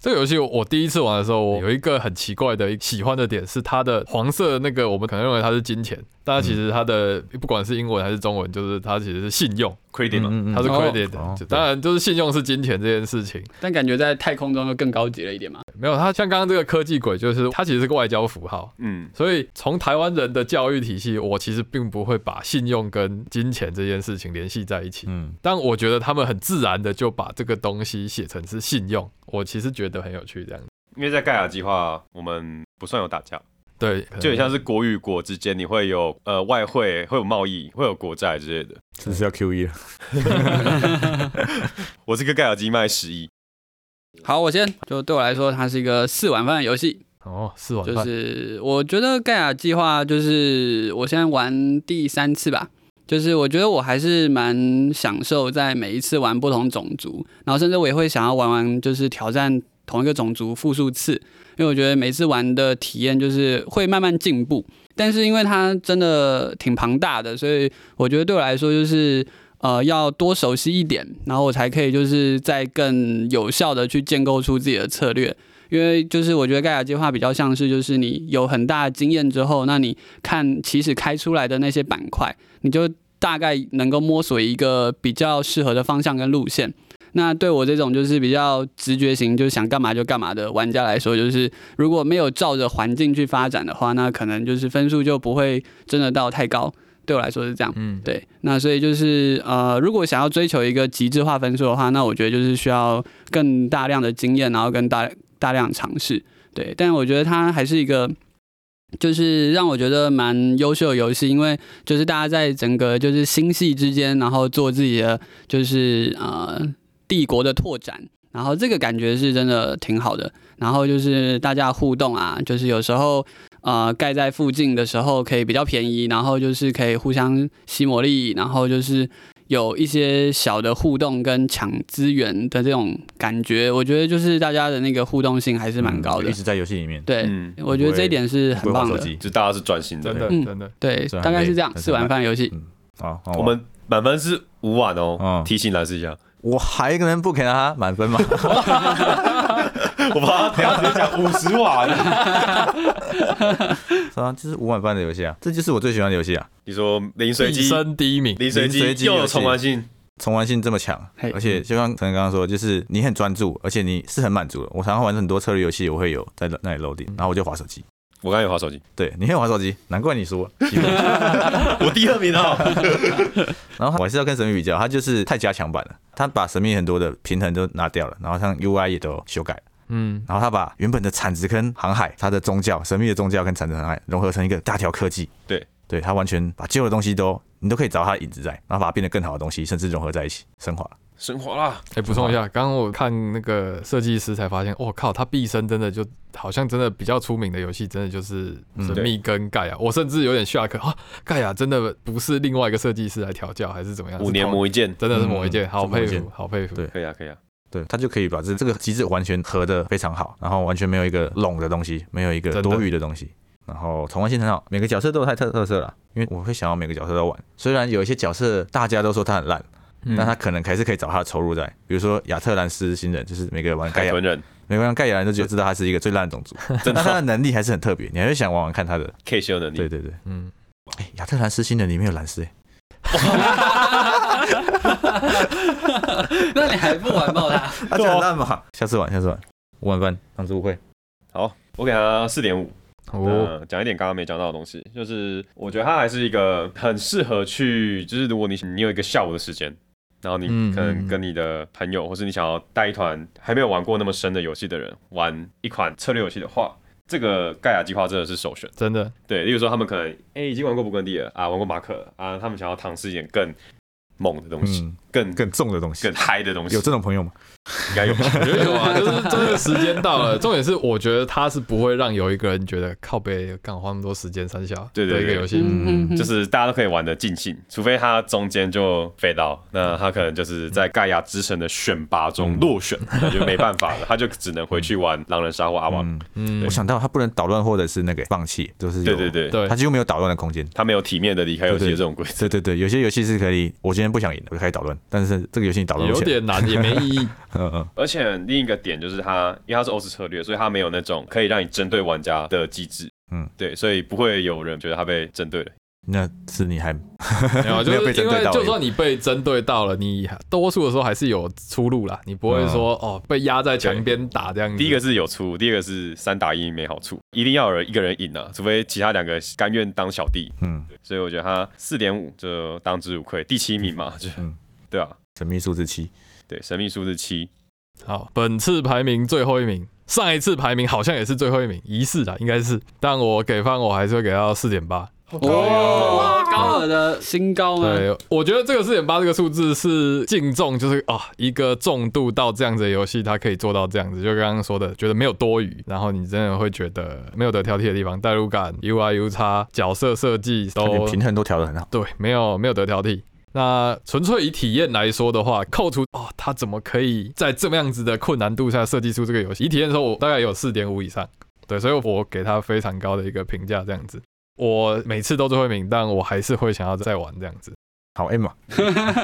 这个游戏我第一次玩的时候，我有一个很奇怪的喜欢的点是它的黄色的那个，我们可能认为它是金钱，但它其实它的不管是英文还是中文，就是它其实是信用， credit 嘛，嗯它是哦 credit，哦就当然就是信用是金钱这件事情。但感觉在太空中又更高级了一点嘛。没有，它像刚刚这个科技鬼，就是它其实是个外交符号。嗯，所以从台湾人的教育体系，我其实并不会把信用跟金钱这件事情联系在一起。嗯，但我觉得他们很自然的就把这个东西写成是信用，我其实觉得很有趣。这样因为在盖亚计划，我们不算有打架，对，就像。很像是国与国之间，你会有呃外汇，会有贸易，会有国债之类的。这是要 Q E 了。我这个盖亚机卖十亿， 好，我先就对我来说，它是一个四碗饭的游戏，哦，四碗就饭，是我觉得盖亚计划就是我现在玩第三次吧。就是我觉得我还是蛮享受在每一次玩不同种族，然后甚至我也会想要玩玩，就是挑战同一个种族复数次，因为我觉得每次玩的体验就是会慢慢进步。但是因为它真的挺庞大的，所以我觉得对我来说就是呃要多熟悉一点，然后我才可以就是再更有效的去建构出自己的策略。因为就是我觉得盖亚计划比较像是就是你有很大的经验之后，那你看其实开出来的那些板块，你就大概能够摸索一个比较适合的方向跟路线。那对我这种就是比较直觉型，就是想干嘛就干嘛的玩家来说，就是如果没有照着环境去发展的话，那可能就是分数就不会真的到太高。对我来说是这样。嗯，对，那所以就是呃，如果想要追求一个极致化分数的话，那我觉得就是需要更大量的经验，然后更大大量尝试。对，但我觉得它还是一个。就是让我觉得蛮优秀的游戏，因为就是大家在整个就是星系之间，然后做自己的就是呃帝国的拓展，然后这个感觉是真的挺好的。然后就是大家互动啊，就是有时候呃盖在附近的时候可以比较便宜，然后就是可以互相吸魔力，然后就是有一些小的互动跟抢资源的这种感觉，我觉得就是大家的那个互动性还是蛮高嗯的。就一直在游戏里面，对，嗯我觉得这一点是不很会玩棒手的。机。就大家是专心的真。的嗯真的，对，虽然大概累是这样，但是四碗很饭游戏。好，好我们满分是五碗哦嗯，提醒蓝思一下，我还能不给他满分吗？我怕他等一下直接讲五十碗。是啊，就是五碗饭的游戏啊，这就是我最喜欢的游戏啊。你说零随一机，生第一名，零随零随机机又有游戏重玩性，重玩性这么强嘿，而且就像可能刚刚说，就是你很专注，而且你是很满足的。我常常玩很多策略游戏，我会有在那里 loading，然后我就划手机。我刚才有滑手机，对，你会玩手机，难怪你输啊了。几乎我第二名 哦。然后我还是要跟神秘比较，它就是太加强版了，它把神秘很多的平衡都拿掉了，然后像 UI 也都修改了，嗯，然后它把原本的产值跟航海，它的宗教神秘的宗教跟产值航海融合成一个大条科技。对，对，它完全把旧的东西都你都可以找到它的影子在，然后把它变得更好的东西，甚至融合在一起升华。升华啦，哎，补充一下，刚刚我看那个设计师才发现，我靠，他毕生真的就好像真的比较出名的游戏，真的就是神秘跟盖亚，我甚至有点 shock 啊，盖亚真的不是另外一个设计师来调教，还是怎么样？五是年同磨一剑，真的是某一件，嗯好是某一佩件服，好佩服。对可以啊，可以啊。对，它就可以把这这个机制完全合的非常好，然后完全没有一个拢的东西，没有一真的个多余的东西。然后重玩性很好，每个角色都有它的特特色啦。因为我会想要每个角色都玩，虽然有一些角色大家都说它很烂，嗯但它可能还是可以找它的投入在。比如说亚特兰斯星人，就是每个玩盖海亚，豚人每个玩盖亚人都觉得知道它是一个最烂的种族，真 但它的嗯的能力还是很特别，你还会想玩玩看它的。 K 修能力对，对对，嗯，吧。哎、亚特兰斯新人里面有蓝斯、哎 那你还不完爆它？啊，这很烂嘛？下次玩，下次玩，五碗饭当之无愧。好，我给他四点五。哦，嗯，讲一点刚刚没讲到的东西，就是我觉得它还是一个 很适合去，就是如果你你有一个下午的时间，然后你嗯可能嗯跟你的朋友，或是你想要带一团还没有玩过那么深的游戏的人玩一款策略游戏的话，这个盖亚计划真的是首选。真的，对，例如说他们可能哎、已经玩过勃艮第了啊，玩过马可了啊，他们想要尝试一点更猛的东西，嗯，更更更重的东西更，嗨的东西，有这种朋友吗？应该有吧。我觉 得有啊，就是真的时间到了。重点是，我觉得他是不会让有一个人觉得靠背干我花那么多时间三小对的对一个对游戏。嗯嗯，就是大家都可以玩的尽兴，除非他中间就飞刀，那他可能就是在盖亚之神的选拔中落选，那就没办法了，他就只能回去玩狼人杀或阿瓦。嗯，嗯我，想到他不能捣乱或者是那个放弃，就是对有对，对，对他，几乎没有捣乱的空间。他没有体面的离开游戏的这种规对则。对对，有些游戏是可以，我今天不想赢，我就开始捣乱，但是这个游戏你捣乱不有起来。点难，也没意义。嗯嗯，而且另一个点就是他，因为他是欧式策略，所以他没有那种可以让你针对玩家的机制。嗯嗯，对，所以不会有人觉得他被针对了。那是你还 没 有，啊就没有被是针因对为到而已就算你被针对到了，你多数的时候还是有出路啦，你不会说嗯哦被压在墙边打这样子。第一个是有出，第二个是三打一没好处，一定要有人一个人赢啊，除非其他两个甘愿当小弟。嗯所以我觉得他四点五就当之无愧，第七名嘛，就、嗯对啊，神秘数字七，对，神秘数字七，好，本次排名最后一名，上一次排名好像也是最后一名，疑似啦，应该是，但我给分我还是会给到四点八。哦哇，高尔的新高吗？对，我觉得这个四点八这个数字是敬重，就是啊，一个重度到这样子的游戏，它可以做到这样子，就刚刚说的，觉得没有多余，然后你真的会觉得没有得挑剔的地方，代入感、UI、U 叉、角色设计他都连平衡都调得很好。对，没有没有得挑剔。那纯粹以体验来说的话，扣除哦，他怎么可以在这么样子的困难度下设计出这个游戏？以体验的时候，我大概有四点五以上，对，所以我给他非常高的一个评价，这样子。我每次都最后一名，但我还是会想要再玩这样子。好 M 嘛，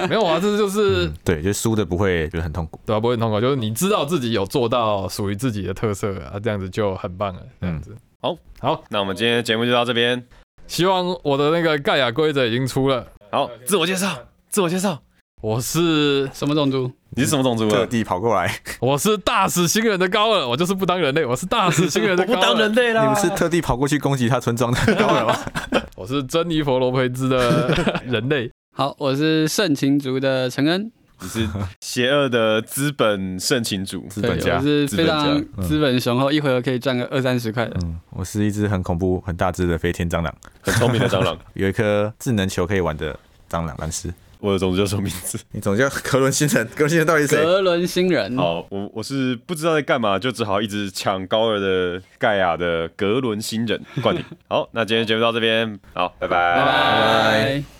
没有啊，这就是 嗯，对，就输的不会觉得很痛苦。对啊，不会很痛苦，就是你知道自己有做到属于自己的特色啊，这样子就很棒了。这样子，好，好，那我们今天的节目就到这边，希望我的那个盖亚规则已经出了。好，自我介绍，自我介绍，我是什么种族？你是什么种啊族啊的？地跑过来，我是大使星人的高尔，我就是不当人类，我是大使星人的 我高不尔，当人类你啊啦，们是特地跑过去攻击他村庄的高人吗？我是珍妮佛罗培兹的 人类。好，我是盛情族的陈恩， 你是邪恶的资本盛情主，资对，本家我。是资非本家常嗯资本雄厚，一回合可以赚个二三十块的。 嗯，我是一只很恐怖、很大只的飞天蟑螂，很聪明的蟑螂，有一颗智能球可以玩的蟑螂蓝斯。我的种族叫什么名字？你总叫 格伦星人，格伦星人到底是谁？格伦星人，好，我我是不知道在干嘛，就只好一直抢高二的盖亚的格伦星人冠顶。好，那今天节目到这边，好，拜拜拜拜。